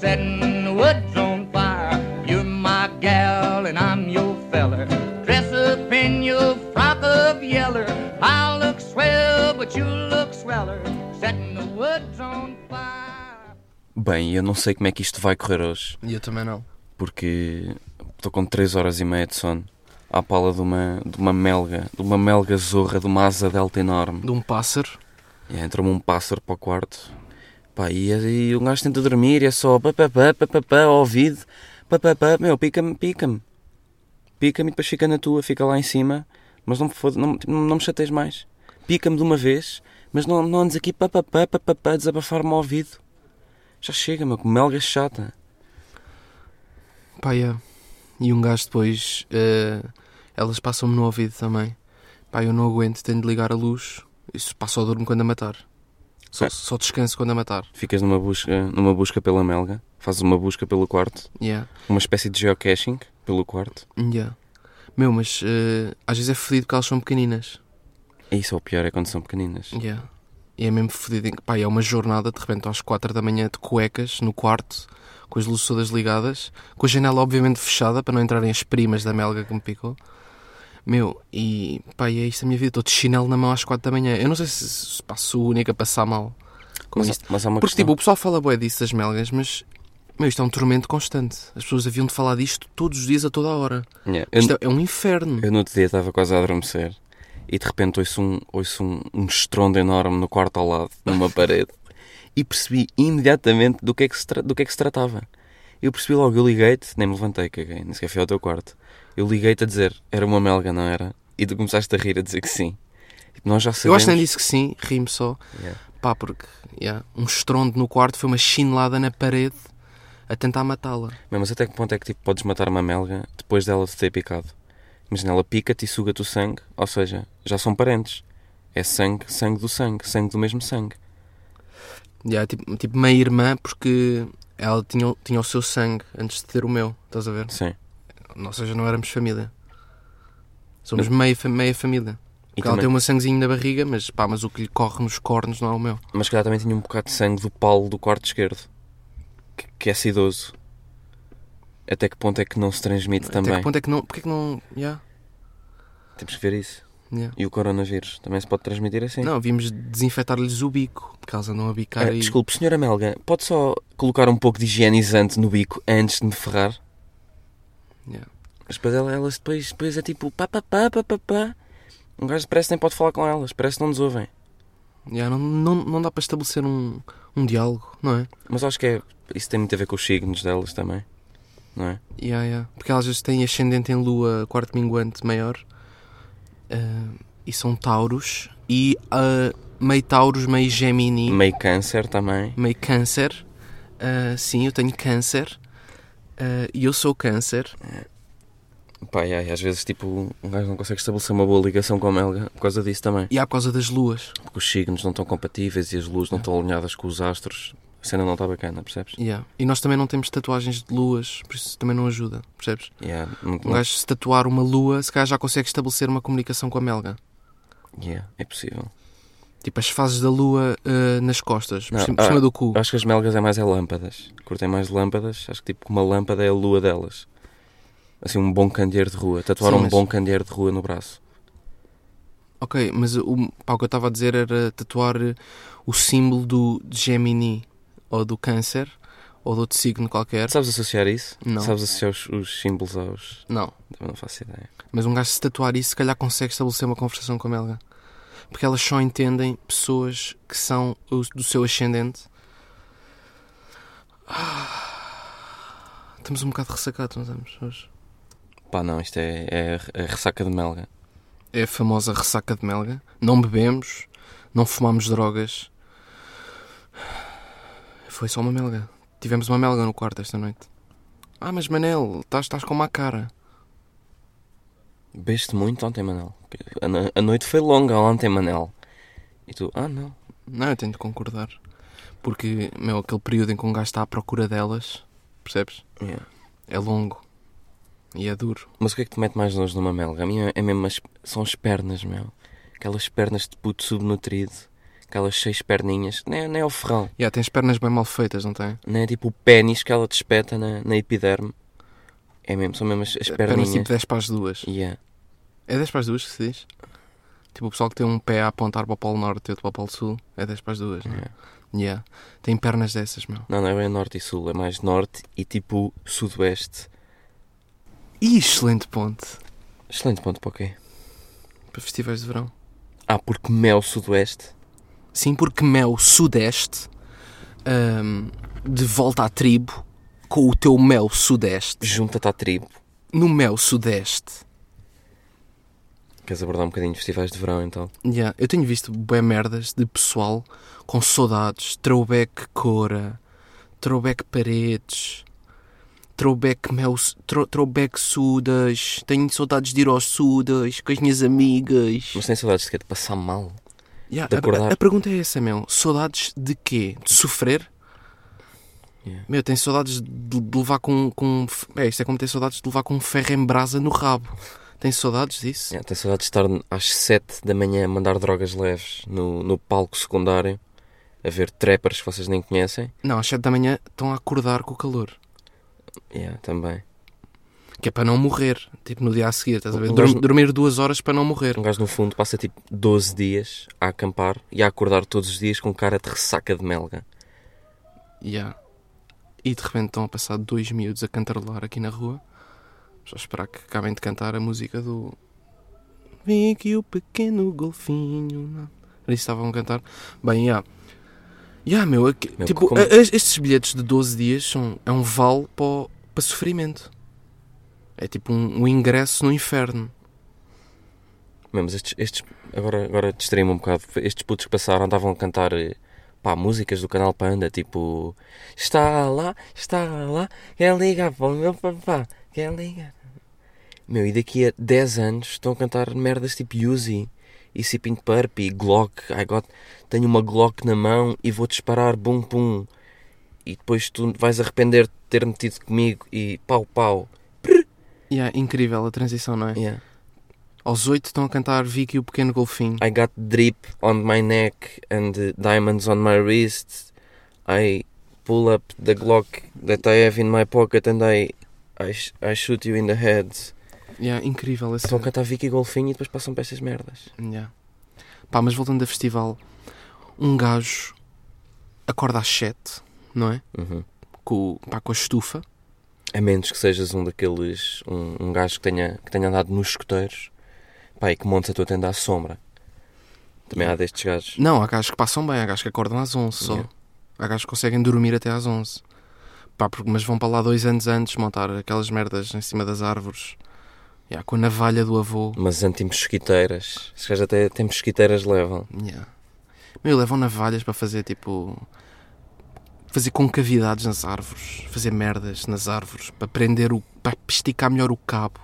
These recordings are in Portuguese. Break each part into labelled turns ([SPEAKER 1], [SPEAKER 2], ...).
[SPEAKER 1] setting the woods on fire. You're my gal and I'm your feller. Dress up in your frock of yeller. I look swell, but you look sweller. Setting the woods on fire.
[SPEAKER 2] Bem, eu não sei como é que isto vai correr hoje,
[SPEAKER 3] E eu também não.
[SPEAKER 2] porque estou com 3 horas e meia de sono. À pala de uma, de uma melga, de uma melga zorra, de uma asa delta enorme.
[SPEAKER 3] De um pássaro.
[SPEAKER 2] E entra-me um pássaro para o quarto. Pá, e, e o gajo tenta dormir e é só pá, pá, pá, pá, pá, pá, ouvido. Pá, pá, pá, meu, pica-me, pica-me. Pica-me e depois fica na tua, fica lá em cima. Mas não me, foda, não, tipo, não me chateias mais. Pica-me de uma vez, mas não, não andes aqui pá, pá, pá, pá, pá, pá, a desabafar-me ao ouvido. Já chega, meu, que melga chata.
[SPEAKER 3] Pá, yeah. E um gajo depois. eh, elas passam-me no ouvido também. Pá, eu não aguento, tenho de ligar a luz. Isso pá, só durmo quando a matar. Só,
[SPEAKER 2] É.
[SPEAKER 3] só descanso quando a matar.
[SPEAKER 2] Ficas numa busca, numa busca pela melga, fazes uma busca pelo quarto,
[SPEAKER 3] Yeah.
[SPEAKER 2] uma espécie de geocaching pelo quarto.
[SPEAKER 3] Yeah. Meu, mas eh, às vezes é fodido porque elas são pequeninas.
[SPEAKER 2] E isso é o pior, é quando são pequeninas.
[SPEAKER 3] Yeah. E é mesmo fodido. em que, Pá, é uma jornada, de repente, às 4 da manhã, de cuecas, no quarto, com as luzes todas ligadas, com a janela, obviamente, fechada, para não entrarem as primas da melga que me picou. Meu, e pá, e é isto a minha vida. Estou de chinelo na mão às 4 da manhã. Eu não sei se, se pá, sou o único a passar mal com
[SPEAKER 2] Mas, há-
[SPEAKER 3] isto.
[SPEAKER 2] mas há é uma
[SPEAKER 3] Porque,
[SPEAKER 2] questão.
[SPEAKER 3] tipo, o pessoal fala bué disso das melgas, mas, meu, isto é um tormento constante. As pessoas haviam de falar disto todos os dias, a toda a hora.
[SPEAKER 2] Yeah. Eu,
[SPEAKER 3] Isto é- é um inferno.
[SPEAKER 2] eu no outro dia estava quase a adormecer e de repente ouço, um, ouço um, um estrondo enorme no quarto ao lado, numa parede, e percebi imediatamente do que é que se, tra- do que é que se tratava. Eu percebi logo, eu liguei-te, nem me levantei, caguei, nem sequer fui ao teu quarto. Eu liguei-te a dizer, era uma melga, não era? E tu começaste a rir, a dizer que sim. Tipo, Nós já sabemos.
[SPEAKER 3] Eu acho que nem disse que sim, rimo só.
[SPEAKER 2] Yeah.
[SPEAKER 3] Pá, porque yeah, um estrondo no quarto foi uma chinelada na parede a tentar matá-la.
[SPEAKER 2] Meu, mas até que ponto é que tipo, podes matar uma melga depois dela te ter picado? Imagina, ela pica-te e suga-te o sangue, ou seja, já são parentes. É sangue, sangue do sangue, sangue do mesmo sangue.
[SPEAKER 3] Yeah, tipo, tipo meia irmã, porque ela tinha, tinha o seu sangue antes de ter o meu, estás a ver?
[SPEAKER 2] Sim.
[SPEAKER 3] Ou seja, não éramos família. Somos meia, fa- meia família.
[SPEAKER 2] E
[SPEAKER 3] Porque ela
[SPEAKER 2] também-
[SPEAKER 3] tem o meu sanguezinho na barriga, mas pá, mas o que lhe corre nos cornos não é o meu.
[SPEAKER 2] Mas calhar também tinha um bocado de sangue do Paulo do quarto esquerdo, que, que é sidoso. Até que ponto é que não se transmite
[SPEAKER 3] Até
[SPEAKER 2] também?
[SPEAKER 3] que ponto é que não. Porque é que não. Yeah,
[SPEAKER 2] Temos que ver isso.
[SPEAKER 3] yeah.
[SPEAKER 2] E o coronavírus também se pode transmitir assim?
[SPEAKER 3] Não, vimos desinfetar-lhes o bico, porque elas andam a bicar
[SPEAKER 2] Ah,
[SPEAKER 3] e.
[SPEAKER 2] desculpe, senhora Melga, pode só colocar um pouco de higienizante no bico antes de me ferrar?
[SPEAKER 3] Yeah.
[SPEAKER 2] Mas depois ela- elas depois, depois é tipo pá pá pá pá pá pá. Um gajo parece que nem pode falar com elas, parece que não nos ouvem.
[SPEAKER 3] Yeah, não, não, não dá para estabelecer um, um diálogo, não é?
[SPEAKER 2] Mas acho que é, isso tem muito a ver com os signos delas também. Não é?
[SPEAKER 3] Yeah, yeah. Porque elas às vezes têm ascendente em lua, quarto minguante maior. ah, e são tauros. E ah, meio tauros, meio gemini, meio,
[SPEAKER 2] Meio câncer também.
[SPEAKER 3] câncer. Ah, sim, eu tenho câncer. Ah, e eu sou câncer.
[SPEAKER 2] Pá, e aí, às vezes tipo, um gajo não consegue estabelecer uma boa ligação com a Melga por causa disso também.
[SPEAKER 3] E há por causa das luas.
[SPEAKER 2] Porque os signos não estão compatíveis e as luzes não estão alinhadas com os astros. A cena não está bacana, percebes?
[SPEAKER 3] Yeah. E nós também não temos tatuagens de luas, por isso também não ajuda, percebes?
[SPEAKER 2] Yeah, não-
[SPEAKER 3] Um
[SPEAKER 2] não-
[SPEAKER 3] gajo se tatuar uma lua, se calhar já consegue estabelecer uma comunicação com a melga.
[SPEAKER 2] yeah, é possível.
[SPEAKER 3] Tipo as fases da lua ah, nas costas, por
[SPEAKER 2] Não,
[SPEAKER 3] cima, por
[SPEAKER 2] ah,
[SPEAKER 3] cima do cu.
[SPEAKER 2] Acho que as melgas é mais é lâmpadas. Curtem mais lâmpadas. Acho que tipo uma lâmpada é a lua delas. Assim, um bom candeeiro de rua. Tatuar
[SPEAKER 3] Sim,
[SPEAKER 2] um
[SPEAKER 3] mas-
[SPEAKER 2] bom candeeiro de rua no braço.
[SPEAKER 3] Ok, mas o, pá, o que eu estava a dizer era tatuar eh, o símbolo do de Gemini ou do Câncer ou de outro signo qualquer.
[SPEAKER 2] Sabes associar isso?
[SPEAKER 3] Não.
[SPEAKER 2] Sabes associar os, os símbolos aos.
[SPEAKER 3] Não,
[SPEAKER 2] Também não faço ideia.
[SPEAKER 3] mas um gajo se tatuar isso, se calhar consegue estabelecer uma conversação com a Melga. Porque elas só entendem pessoas que são o- do seu ascendente. Ah, estamos um bocado ressacados, não estamos hoje?
[SPEAKER 2] Pá, não, isto é, é a- a ressaca de melga.
[SPEAKER 3] É a famosa ressaca de Melga. Não bebemos, não fumamos drogas. Foi só uma melga. Tivemos uma melga no quarto esta noite. Ah, mas Manel, estás, estás com má cara.
[SPEAKER 2] Beste muito ontem, Manel. A, no- a noite foi longa ontem, Manel. E tu, ah não.
[SPEAKER 3] Não, eu tenho de concordar. Porque, meu, aquele período em que um gajo está à procura delas, percebes?
[SPEAKER 2] Yeah.
[SPEAKER 3] É longo. E é duro.
[SPEAKER 2] Mas o que é que te mete mais longe numa melga? A minha é mesmo as, são as pernas, meu. Aquelas pernas de puto subnutrido Aquelas seis perninhas. Nem, é- nem é o ferrão.
[SPEAKER 3] Yeah, tem as pernas bem mal feitas, não tem?
[SPEAKER 2] Não é tipo o pênis que ela despeta na, na epiderme. É mesmo, são mesmo as, as
[SPEAKER 3] Pernas tipo
[SPEAKER 2] perninhas.
[SPEAKER 3] 10 para as duas.
[SPEAKER 2] Yeah.
[SPEAKER 3] É 10 para as duas que se diz? Tipo, o pessoal que tem um pé a apontar para o Polo Norte e outro para o Polo Sul, é 10 para as duas, não é? Yeah. Tem pernas dessas, meu.
[SPEAKER 2] Não, não é bem norte e sul, é mais norte e tipo sudoeste.
[SPEAKER 3] E excelente ponte
[SPEAKER 2] Excelente ponto para o quê?
[SPEAKER 3] para festivais de verão.
[SPEAKER 2] Ah, porque mel sudoeste.
[SPEAKER 3] Sim, porque mel sudeste, ahm, de volta à tribo, com o teu mel sudeste.
[SPEAKER 2] Junta-te à tribo.
[SPEAKER 3] No mel sudeste.
[SPEAKER 2] Queres abordar um bocadinho de festivais de verão então?
[SPEAKER 3] Yeah, Eu tenho visto bué merdas de pessoal com saudades, throwback cora, throwback paredes, throwback mel, tro- throwback sudas, tenho saudades de ir aos sudas com as minhas amigas.
[SPEAKER 2] Mas tens saudades sequer de passar mal?
[SPEAKER 3] Yeah,
[SPEAKER 2] de
[SPEAKER 3] a-
[SPEAKER 2] acordar.
[SPEAKER 3] A, a pergunta é essa, meu. Saudades de quê? De sofrer?
[SPEAKER 2] Yeah.
[SPEAKER 3] Meu, tem saudades de, de levar com, com. um f- É, isto é como ter saudades de levar com um ferro em brasa no rabo. Tem saudades disso?
[SPEAKER 2] É, tens saudades de estar às 7 da manhã a mandar drogas leves no, no palco secundário a ver trappers que vocês nem conhecem?
[SPEAKER 3] Não, às 7 da manhã estão a acordar com o calor.
[SPEAKER 2] Yeah, também.
[SPEAKER 3] Que é para não morrer. Tipo, no dia a seguir, estás a ver?
[SPEAKER 2] Um
[SPEAKER 3] Dorm-
[SPEAKER 2] gajo-
[SPEAKER 3] dormir duas horas para não morrer.
[SPEAKER 2] Um gajo no fundo passa tipo 12 dias a acampar e a acordar todos os dias com cara de ressaca de melga.
[SPEAKER 3] Yeah. E de repente estão a passar dois miúdos a cantarolar aqui na rua. Só esperar que acabem de cantar a música do. Vem aqui o pequeno golfinho. Não. Era isso que estavam a cantar. Bem, já. Yeah, meu, aqui-
[SPEAKER 2] Meu,
[SPEAKER 3] tipo,
[SPEAKER 2] como-
[SPEAKER 3] a- a- estes bilhetes de 12 dias são, é um vale para, o- para sofrimento. É tipo um, um ingresso no inferno.
[SPEAKER 2] Meu, Mas estes, estes agora, agora distraí-me um bocado. Estes putos que passaram andavam a cantar eh, pá, músicas do canal Panda, tipo Está lá, está lá, quer ligar para o meu papá, quer ligar. Meu, e daqui a 10 anos estão a cantar merdas tipo Uzi e Sipping Purp e Glock. I got, tenho uma Glock na mão e vou disparar, bum bum. E depois tu vais arrepender de ter metido comigo e pau pau.
[SPEAKER 3] Yeah, incrível a transição, não é?
[SPEAKER 2] Yeah.
[SPEAKER 3] Aos 8 estão a cantar Vicky o pequeno golfinho.
[SPEAKER 2] I got drip on my neck and uh, diamonds on my wrist. I pull up the Glock that I have in my pocket and I, I, sh- I shoot you in the head.
[SPEAKER 3] Yeah, incrível a
[SPEAKER 2] Estão a
[SPEAKER 3] cena.
[SPEAKER 2] cantar Vicky Golfinho e depois passam para estas merdas.
[SPEAKER 3] Yeah. Pá, mas voltando a festival, um gajo acorda às 7, não é? Com, o- pá, com a estufa.
[SPEAKER 2] Uhum. A menos que sejas um daqueles. um, um gajo que tenha, que tenha andado nos escoteiros pá, e que montes a tua tenda à sombra. Também há destes gajos.
[SPEAKER 3] Não, há gajos que passam bem, há gajos que acordam às 11 só.
[SPEAKER 2] Yeah.
[SPEAKER 3] Há gajos que conseguem dormir até às 11. Pá, porque, mas vão para lá dois anos antes montar aquelas merdas em cima das árvores. Yeah, com a navalha do avô.
[SPEAKER 2] Mas anti-mosquiteiras. Esses gajos até, até mosquiteiras levam.
[SPEAKER 3] Yeah. Meu, levam navalhas para fazer tipo. fazer concavidades nas árvores, fazer merdas nas árvores, para prender o. para esticar melhor o cabo.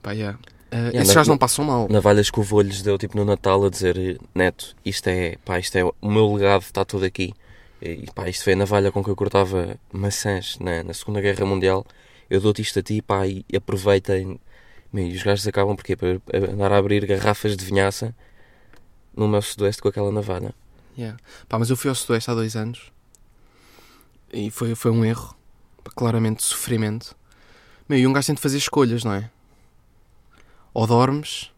[SPEAKER 3] Pá, yeah. Uh, esses
[SPEAKER 2] não-
[SPEAKER 3] gajos não
[SPEAKER 2] não-
[SPEAKER 3] passam mal.
[SPEAKER 2] navalhas que o vô lhes deu tipo no Natal a dizer Neto, isto é, pá, isto é o meu legado, está tudo aqui. E pá, isto foi a navalha com que eu cortava maçãs na, na Segunda Guerra Mundial. Eu dou-te isto a ti, pá, e aproveitem. Meu, e os gajos acabam porque para andar a abrir garrafas de vinhaça no meu sudoeste com aquela navalha.
[SPEAKER 3] Yeah. Pá, mas eu fui ao Sudoeste há dois anos e foi, foi um erro, Pá, claramente sofrimento. Meu, e um gajo tem de fazer escolhas, não é? Ou dormes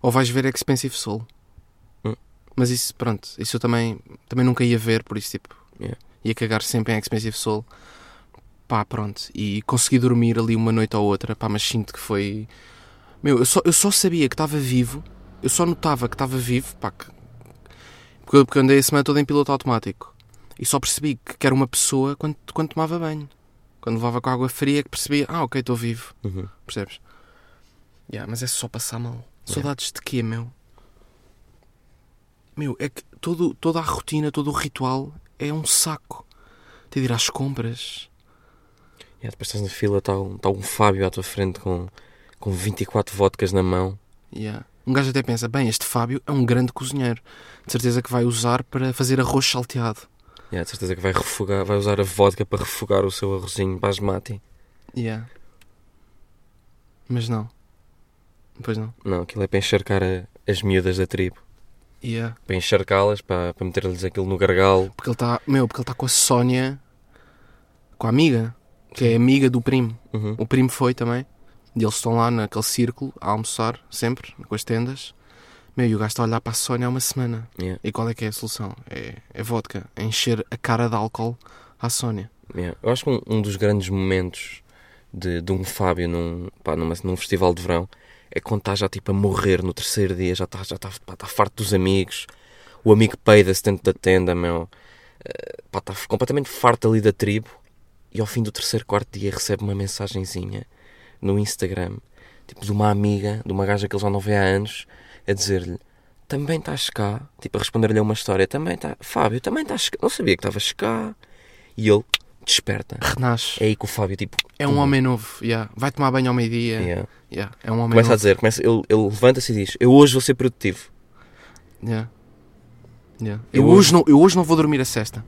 [SPEAKER 3] ou vais ver Expensive Soul.
[SPEAKER 2] Hum.
[SPEAKER 3] Mas isso, pronto, isso eu também, também nunca ia ver, por isso, tipo,
[SPEAKER 2] Yeah.
[SPEAKER 3] ia cagar sempre em Expensive Soul. Pá, pronto, e consegui dormir ali uma noite ou outra, pá, mas sinto que foi. Meu, eu só, eu só sabia que estava vivo, eu só notava que estava vivo, pá, que porque eu, porque eu andei a semana toda em piloto automático. E só percebi que que era uma pessoa quando, quando tomava banho. Quando levava com água fria que percebia, ah, ok, estou vivo.
[SPEAKER 2] Uhum.
[SPEAKER 3] Percebes? Yeah, mas é só passar mal. é? Saudades de quê, meu? Meu, é que todo, toda a rotina, todo o ritual é um saco. Ter de ir às compras.
[SPEAKER 2] E depois estás na fila, está um, tá um Fábio à tua frente com, com 24 vodkas na mão.
[SPEAKER 3] Yeah. Um gajo até pensa, bem, este Fábio é um grande cozinheiro. De certeza que vai usar para fazer arroz salteado.
[SPEAKER 2] Yeah, de certeza que vai refogar, vai usar a vodka para refogar o seu arrozinho basmati.
[SPEAKER 3] Yeah. Mas não. Pois não.
[SPEAKER 2] Não, aquilo é para encharcar a- as miúdas da tribo.
[SPEAKER 3] Yeah.
[SPEAKER 2] para encharcá-las, para, para meter-lhes aquilo no gargalo.
[SPEAKER 3] Porque ele está, meu, porque ele está com a Sónia, com a amiga, que é amiga do primo.
[SPEAKER 2] Uhum.
[SPEAKER 3] O primo foi também. E eles estão lá naquele círculo a almoçar, sempre, com as tendas. Meu, e o gajo está a olhar para a Sónia há uma semana.
[SPEAKER 2] Yeah,
[SPEAKER 3] E qual é que é a solução? É, é vodka. É encher a cara de álcool à Sónia.
[SPEAKER 2] yeah. Eu acho que um, um dos grandes momentos de, de um Fábio num, pá, numa- num festival de verão é quando está já tipo a morrer no terceiro dia, já está já tá, pá, tá farto dos amigos, o amigo peida-se dentro da tenda, meu. Eh, pá, está completamente farto ali da tribo e ao fim do terceiro, quarto dia recebe uma mensagenzinha no Instagram, tipo de uma amiga, de uma gaja que ele já não vê há anos, a dizer-lhe também estás cá, tipo a responder-lhe a uma história, também está, Fábio, também estás cá, não sabia que estavas cá, e ele desperta.
[SPEAKER 3] Renasce.
[SPEAKER 2] É aí que o Fábio, tipo,
[SPEAKER 3] É um homem novo. Yeah. Vai tomar banho ao meio-dia. Yeah.
[SPEAKER 2] yeah.
[SPEAKER 3] É um homem
[SPEAKER 2] começa a
[SPEAKER 3] novo.
[SPEAKER 2] dizer, começa, ele, ele levanta-se e diz: Eu hoje vou ser produtivo.
[SPEAKER 3] Yeah. Yeah.
[SPEAKER 2] Eu
[SPEAKER 3] Eu, hoje não, eu hoje não vou dormir a cesta.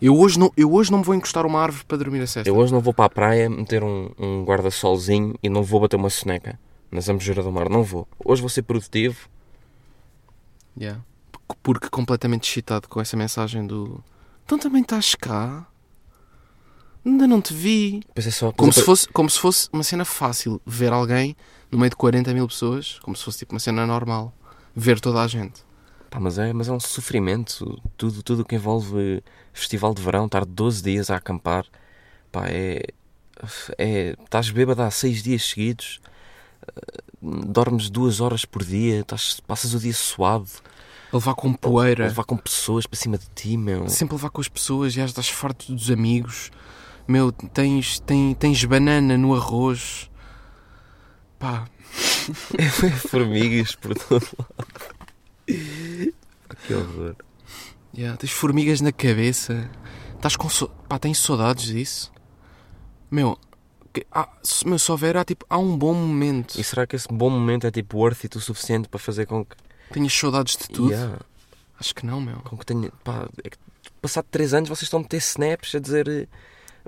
[SPEAKER 3] Eu hoje não, eu hoje não me vou encostar uma árvore para dormir a cesta.
[SPEAKER 2] Eu hoje não vou para a praia meter um, um guarda-solzinho e não vou bater uma soneca na Zambujeira do Mar. Não vou. Hoje vou ser produtivo.
[SPEAKER 3] Yeah. Porque- Porque completamente excitado com essa mensagem do Então também estás cá? Ainda não te vi.
[SPEAKER 2] Depois é só.
[SPEAKER 3] Como
[SPEAKER 2] depois
[SPEAKER 3] se,
[SPEAKER 2] é-
[SPEAKER 3] fosse, como se fosse uma cena fácil ver alguém no meio de 40 mil pessoas, como se fosse tipo uma cena normal. Ver toda a gente.
[SPEAKER 2] Pá, mas, é, mas é um sofrimento. Tudo o tudo que envolve festival de verão, estar 12 dias a acampar. Pá, é. é estás bêbada há 6 dias seguidos. eh, Dormes duas horas por dia, estás- passas o dia suado,
[SPEAKER 3] A Levar com poeira.
[SPEAKER 2] levar com pessoas para cima de ti, meu.
[SPEAKER 3] Sempre a levar com as pessoas, já estás farto dos amigos. Meu, tens, tens, tens banana no arroz. Pá,
[SPEAKER 2] Formigas por todo lado. Que horror.
[SPEAKER 3] yeah, tens formigas na cabeça. Estás com. So... Pá, tens saudades disso? Meu, que... ah, se, meu, se houver, há, tipo, há um bom momento.
[SPEAKER 2] E será que esse bom momento é tipo worth it o suficiente para fazer com que.
[SPEAKER 3] Tenhas saudades de tudo?
[SPEAKER 2] Yeah,
[SPEAKER 3] Acho que não, meu.
[SPEAKER 2] com que tenha. Pá, é que passado 3 anos vocês estão a meter snaps a dizer eh,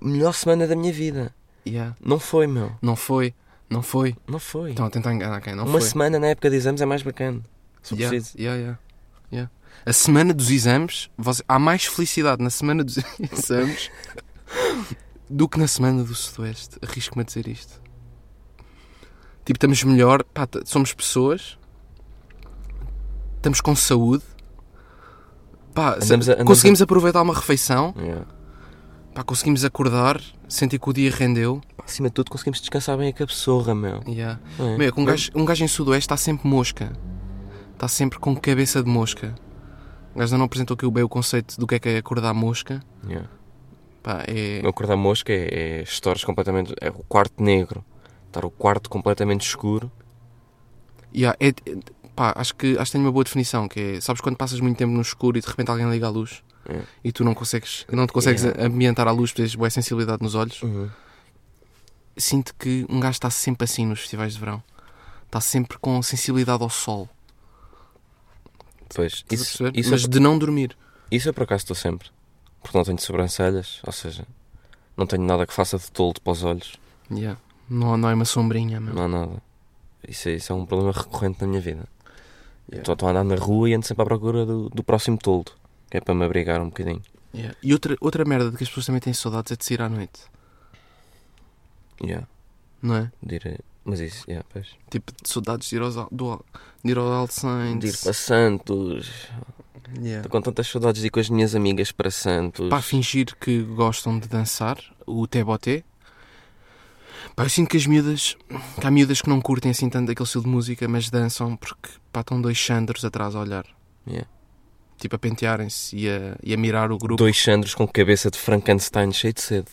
[SPEAKER 2] melhor semana da minha vida.
[SPEAKER 3] Yeah.
[SPEAKER 2] Não foi, meu.
[SPEAKER 3] Não foi, não foi.
[SPEAKER 2] Não foi.
[SPEAKER 3] Estão a tentar enganar quem? Então, Não
[SPEAKER 2] Uma
[SPEAKER 3] foi.
[SPEAKER 2] semana na época de exames é mais bacana. Se for
[SPEAKER 3] Yeah,
[SPEAKER 2] preciso.
[SPEAKER 3] yeah, yeah, yeah. A semana dos exames, você- há mais felicidade na semana dos exames do que na semana do Sudoeste. Arrisco-me a dizer isto. Tipo, estamos melhor, pá, t- somos pessoas, estamos com saúde, pá, se-
[SPEAKER 2] Andamos a- andamos
[SPEAKER 3] conseguimos aproveitar uma refeição,
[SPEAKER 2] Yeah.
[SPEAKER 3] pá, conseguimos acordar, sentir que o dia rendeu.
[SPEAKER 2] Pá, acima de tudo conseguimos descansar bem a cabeçorra, meu.
[SPEAKER 3] Yeah.
[SPEAKER 2] Não é?
[SPEAKER 3] Meu, que um, gajo, um gajo em Sudoeste está sempre mosca. Está sempre com cabeça de mosca. O gajo ainda não apresentou aqui bem o conceito do que é que é acordar mosca.
[SPEAKER 2] Yeah.
[SPEAKER 3] Pá, é.
[SPEAKER 2] O acordar mosca é, é histórias completamente. É o quarto negro. Estar o quarto completamente escuro.
[SPEAKER 3] Yeah, é- é- pá, acho que, acho que tenho uma boa definição, que é. Sabes quando passas muito tempo no escuro e de repente alguém liga a luz
[SPEAKER 2] É.
[SPEAKER 3] e tu não consegues. Não te consegues
[SPEAKER 2] Yeah.
[SPEAKER 3] ambientar à luz, tens boa sensibilidade nos olhos. Sinto que um gajo está sempre assim nos festivais de verão. Está sempre com sensibilidade ao sol.
[SPEAKER 2] Pois,
[SPEAKER 3] Estás
[SPEAKER 2] isso,
[SPEAKER 3] a perceber?
[SPEAKER 2] isso, é
[SPEAKER 3] Mas
[SPEAKER 2] eu,
[SPEAKER 3] de não dormir.
[SPEAKER 2] isso eu por acaso estou sempre. Porque não tenho sobrancelhas, ou seja, não tenho nada que faça de toldo para os olhos.
[SPEAKER 3] Yeah. Não, não é uma sombrinha, meu.
[SPEAKER 2] Não há nada. Isso, é- isso é um problema recorrente na minha vida. Eu Estou estou a andar na rua e ando sempre à procura do, do próximo toldo. Que é para me abrigar um bocadinho.
[SPEAKER 3] Yeah. E outra, outra merda de que as pessoas também têm saudades é de sair à noite,
[SPEAKER 2] Yeah,
[SPEAKER 3] não é?
[SPEAKER 2] de ir, a- mas isso, yeah, pois.
[SPEAKER 3] Tipo, de saudades de ir, aos, al- do, al- de ir ao
[SPEAKER 2] De ir
[SPEAKER 3] Alcines.
[SPEAKER 2] para Santos.
[SPEAKER 3] Yeah.
[SPEAKER 2] Estou com tantas saudades de ir com as minhas amigas para Santos.
[SPEAKER 3] Pá, fingir que gostam de dançar, o teboté. Pá, eu sinto que as miúdas, que há miúdas que não curtem assim tanto daquele estilo de música, mas dançam porque pá, estão dois Xandros atrás a olhar.
[SPEAKER 2] Yeah.
[SPEAKER 3] Tipo, a pentearem-se e a, e a mirar o grupo.
[SPEAKER 2] Dois Sandros com cabeça de Frankenstein cheio de sede.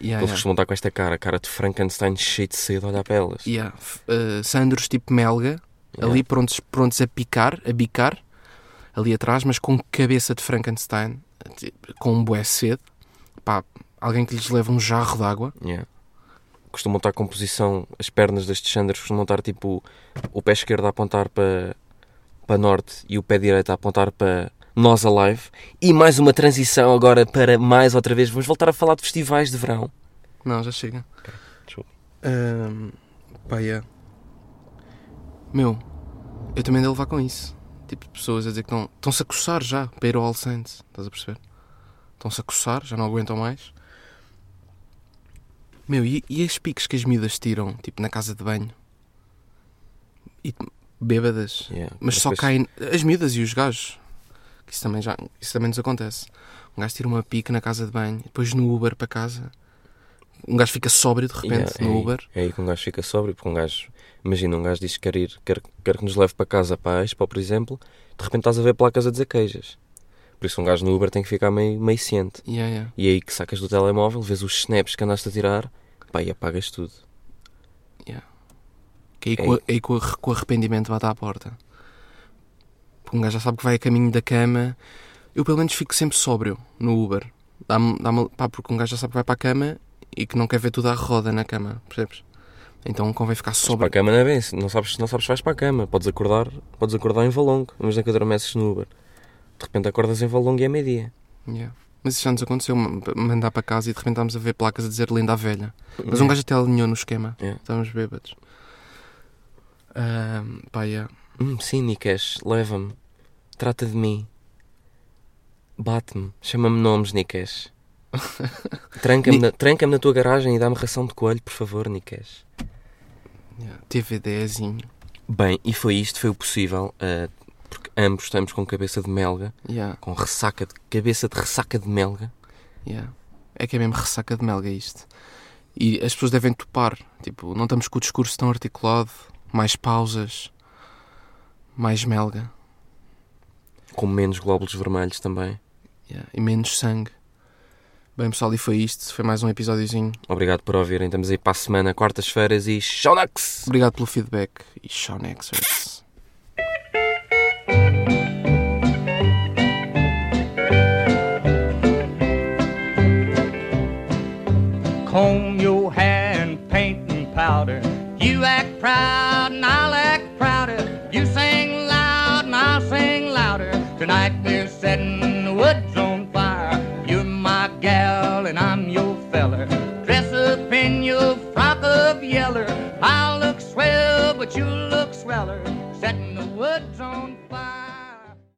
[SPEAKER 3] Yeah,
[SPEAKER 2] Eles
[SPEAKER 3] yeah.
[SPEAKER 2] costumam estar com esta cara, cara de Frankenstein cheio de sede, olhar para elas.
[SPEAKER 3] Yeah. F- uh, Sandros tipo melga,
[SPEAKER 2] Yeah.
[SPEAKER 3] ali prontos, prontos a picar, a bicar, ali atrás, mas com cabeça de Frankenstein, tipo, com um bué cedo. Pá, alguém que lhes leva um jarro de água.
[SPEAKER 2] Yeah. Costumam estar com posição, as pernas destes Sanders costumam estar tipo o pé esquerdo a apontar para para norte e o pé direito a apontar para nós alive. E mais uma transição agora para mais outra vez. Vamos voltar a falar de festivais de verão.
[SPEAKER 3] Não, já chega.
[SPEAKER 2] desculpa.
[SPEAKER 3] Ahm, pá, yeah. Meu, eu também andei a levar com isso. tipo de pessoas a dizer que não. Estão-se a coçar já para ir ao All Saints. Estás a perceber? Estão-se a coçar, já não aguentam mais. Meu, e, e as piques que as miúdas tiram, tipo, na casa de banho? E bêbadas.
[SPEAKER 2] Yeah,
[SPEAKER 3] Mas só
[SPEAKER 2] depois-
[SPEAKER 3] caem as miúdas e os gajos. Que isso também, já, isso também nos acontece. Um gajo tira uma pique na casa de banho, depois no Uber para casa. Um gajo fica sóbrio de repente
[SPEAKER 2] Yeah, é
[SPEAKER 3] no
[SPEAKER 2] aí-
[SPEAKER 3] Uber.
[SPEAKER 2] É aí que um gajo fica sóbrio, porque um gajo, imagina, um gajo diz que quer ir, quer, quer que nos leve para casa, para a Expo, por exemplo, de repente estás a ver placas a dizer queijas. Por isso um gajo no Uber tem que ficar meio, meio ciente.
[SPEAKER 3] Yeah, yeah.
[SPEAKER 2] E é aí que sacas do telemóvel, vês os snaps que andaste a tirar, pá, e apagas tudo.
[SPEAKER 3] Que
[SPEAKER 2] É
[SPEAKER 3] aí, com, a- aí com, a- com o arrependimento bate à porta. Porque um gajo já sabe que vai a caminho da cama. Eu pelo menos fico sempre sóbrio no Uber. Dá-me, dá-me, pá, porque um gajo já sabe que vai para a cama e que não quer ver tudo à roda na cama, percebes? Então convém ficar
[SPEAKER 2] Mas para
[SPEAKER 3] sóbrio.
[SPEAKER 2] a cama não é bem, se não sabes, não sabes se vais para a cama, podes acordar, podes acordar em Valongo, imagina que adormeces no Uber. De repente acordas em Valongo e é meio-dia.
[SPEAKER 3] Yeah. Mas isso já nos aconteceu, ma- mandar para casa e de repente estamos a ver placas a dizer linda a velha. Mas
[SPEAKER 2] Uhum.
[SPEAKER 3] um gajo até alinhou no esquema.
[SPEAKER 2] Yeah.
[SPEAKER 3] Estamos bêbados. Ah, pá, yeah.
[SPEAKER 2] Hum, sim, Nikesh, leva-me. Trata de mim. Bate-me. Chama-me nomes, Nikesh. Tranca-me
[SPEAKER 3] Ni-
[SPEAKER 2] na, tranca na tua garagem e dá-me ração de coelho, por favor, Nikesh.
[SPEAKER 3] Yeah. TVDzinho.
[SPEAKER 2] Bem, e foi isto, foi o possível. eh, porque ambos estamos com cabeça de melga,
[SPEAKER 3] Yeah.
[SPEAKER 2] com ressaca de, cabeça de ressaca de melga.
[SPEAKER 3] Yeah. É que é mesmo ressaca de melga isto. E as pessoas devem topar. Tipo, não estamos com o discurso tão articulado, mais pausas, mais melga
[SPEAKER 2] Com menos glóbulos vermelhos também.
[SPEAKER 3] yeah, e menos sangue. Bem, pessoal, e foi isto. Foi mais um episódiozinho.
[SPEAKER 2] Obrigado por ouvirem. Estamos aí para a semana, quartas-feiras e Shonax!
[SPEAKER 3] Obrigado pelo feedback e tchau, Nexers.
[SPEAKER 1] comb your hair and paint and powder. You act proud and I'll act prouder. You sing loud and I'll sing louder. Tonight we're setting the woods on fire. You're my gal and I'm your feller. Dress up in your frock of yeller. I'll look swell, but you look sweller. Setting the woods on fire.